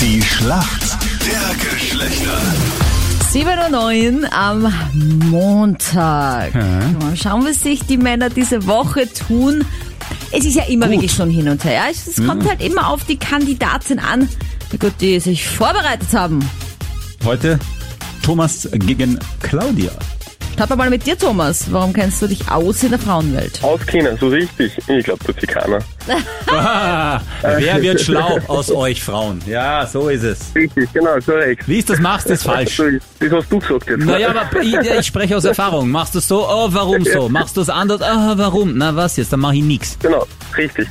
Die Schlacht der Geschlechter. 7.09 Uhr am Montag. Mal schauen, was sich die Männer diese Woche tun. Es ist ja immer wirklich schon hin und her. ja. Es, Mhm. es kommt halt immer auf die Kandidatin an, wie gut die sich vorbereitet haben. Heute Thomas gegen Claudia. Schaut mal mit dir, Thomas. Warum kennst du dich aus in der Frauenwelt? Auskennen, so richtig. Ich glaube, der Zikaner. Wer wird schlau aus euch Frauen? Ja, so ist es. Richtig, genau, korrekt. Wie ist das machst, ist falsch. So, Das hast du gesagt jetzt. ne? Naja, aber ich, ich spreche aus Erfahrung. Machst du es so? Oh, warum so? Machst du es anders? Ah, warum? Na, was jetzt? Dann mache ich nichts. Genau, richtig.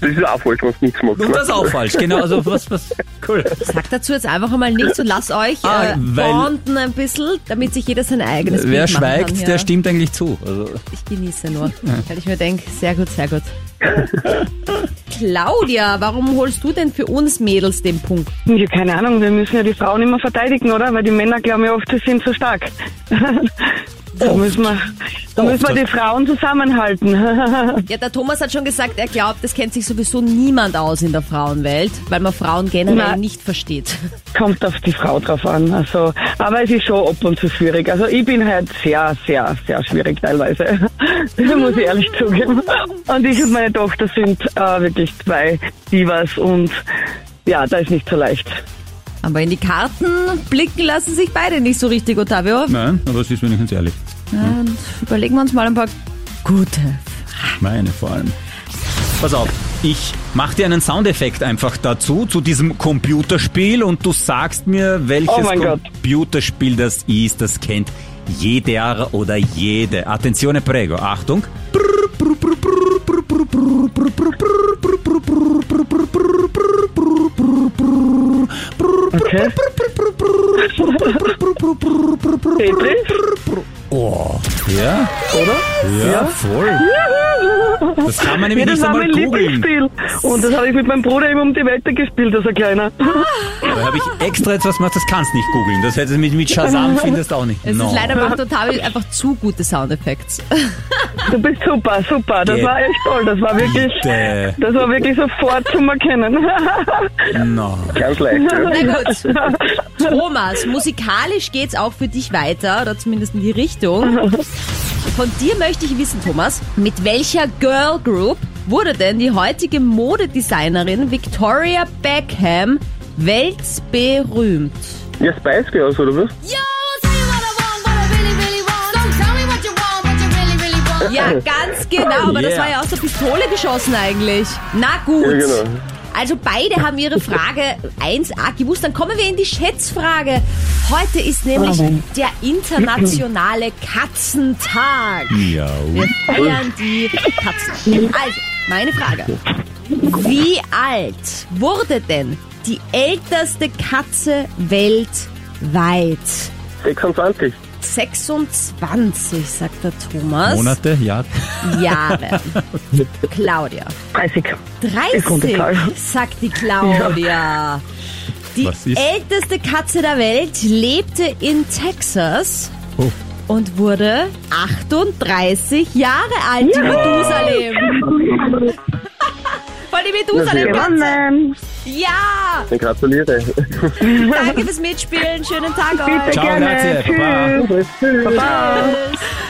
Das ist auch falsch, wenn du nichts machst. Und das ist auch falsch. Genau, also was, was, cool. Sagt dazu jetzt einfach einmal nichts und lasst euch Ah, äh, weil- bonden ein bisschen, damit sich jeder sein eigenes Bild Wer machen schweigt, kann, ja. der stimmt eigentlich zu. Also, Ich genieße nur, weil ich mir denke, sehr gut, sehr gut. Claudia, warum holst du denn für uns Mädels den Punkt? Ja, keine Ahnung, wir müssen ja die Frauen immer verteidigen, oder? Weil die Männer glauben ja oft, sie sind so stark. da müssen wir, da müssen wir die Frauen zusammenhalten. Ja, der Thomas hat schon gesagt, er glaubt, es kennt sich sowieso niemand aus in der Frauenwelt, weil man Frauen generell Na. nicht versteht. Kommt auf die Frau drauf an. Also, aber es ist schon ab und zu schwierig. Also ich bin halt sehr, sehr, sehr schwierig teilweise. Das muss ich ehrlich zugeben. Und ich und meine Tochter sind äh, wirklich zwei Divas und ja, da ist nicht so leicht. Aber in die Karten blicken lassen sich beide nicht so richtig, Ottavio. nein, aber es ist wenigstens ehrlich. Und überlegen wir uns mal ein paar gute. Meine vor allem. Pass auf, ich mach dir einen Soundeffekt einfach dazu, zu diesem Computerspiel und du sagst mir, welches Oh mein Gott. Computerspiel das ist. Das kennt jeder oder jede. Attenzione prego, Achtung. Okay? Petri? Ja, oder? Ja, voll. Das kann man nämlich Ja, das nicht war einmal mein googeln. Lieblingsspiel. Und das habe ich mit meinem Bruder eben um die Wette gespielt, als er kleiner. Da habe ich extra jetzt was gemacht, das kannst nicht googeln. Das hättest du mit, mit Shazam findest auch nicht. Es No. ist leider macht Ottavio einfach zu gute Soundeffects. Du bist super, super. Das Geht. war echt toll. Das war wirklich, Bitte. das war wirklich sofort zum Erkennen. No. Ganz leicht. Ja. Na gut. Thomas, musikalisch geht's auch für dich weiter, oder zumindest in die Richtung. Von dir möchte ich wissen, Thomas, mit welcher Girl Group wurde denn die heutige Modedesignerin Victoria Beckham weltberühmt? Ja, Spice Girls, oder was? Yo, I'll tell you what I want, what I really, really want. Don't tell me what you want, what you really, really want. Ja, ganz genau, aber das Yeah. war ja aus der Pistole geschossen eigentlich. Na gut. Ja, genau. Also beide haben ihre Frage 1a gewusst. Dann kommen wir in die Schätzfrage. Heute ist nämlich der internationale Katzentag. Miau. Wir feiern die Katzen. Also, meine Frage. Wie alt wurde denn die älteste Katze weltweit? 26. 26, sagt der Thomas. Monate, ja. Jahre. Claudia. 30. Ich konnte 30, Zahl. sagt die Claudia. Die Was ist- älteste Katze der Welt lebte in Texas Oh. und wurde 38 Jahre alt, die Methusalem. Voll die Methusalem-Katze. Gewonnen. Ja, Ich gratuliere. danke fürs Mitspielen. Schönen Tag euch. Bitte Ciao, gerne. grazie, Tschüss. Baba. Baba.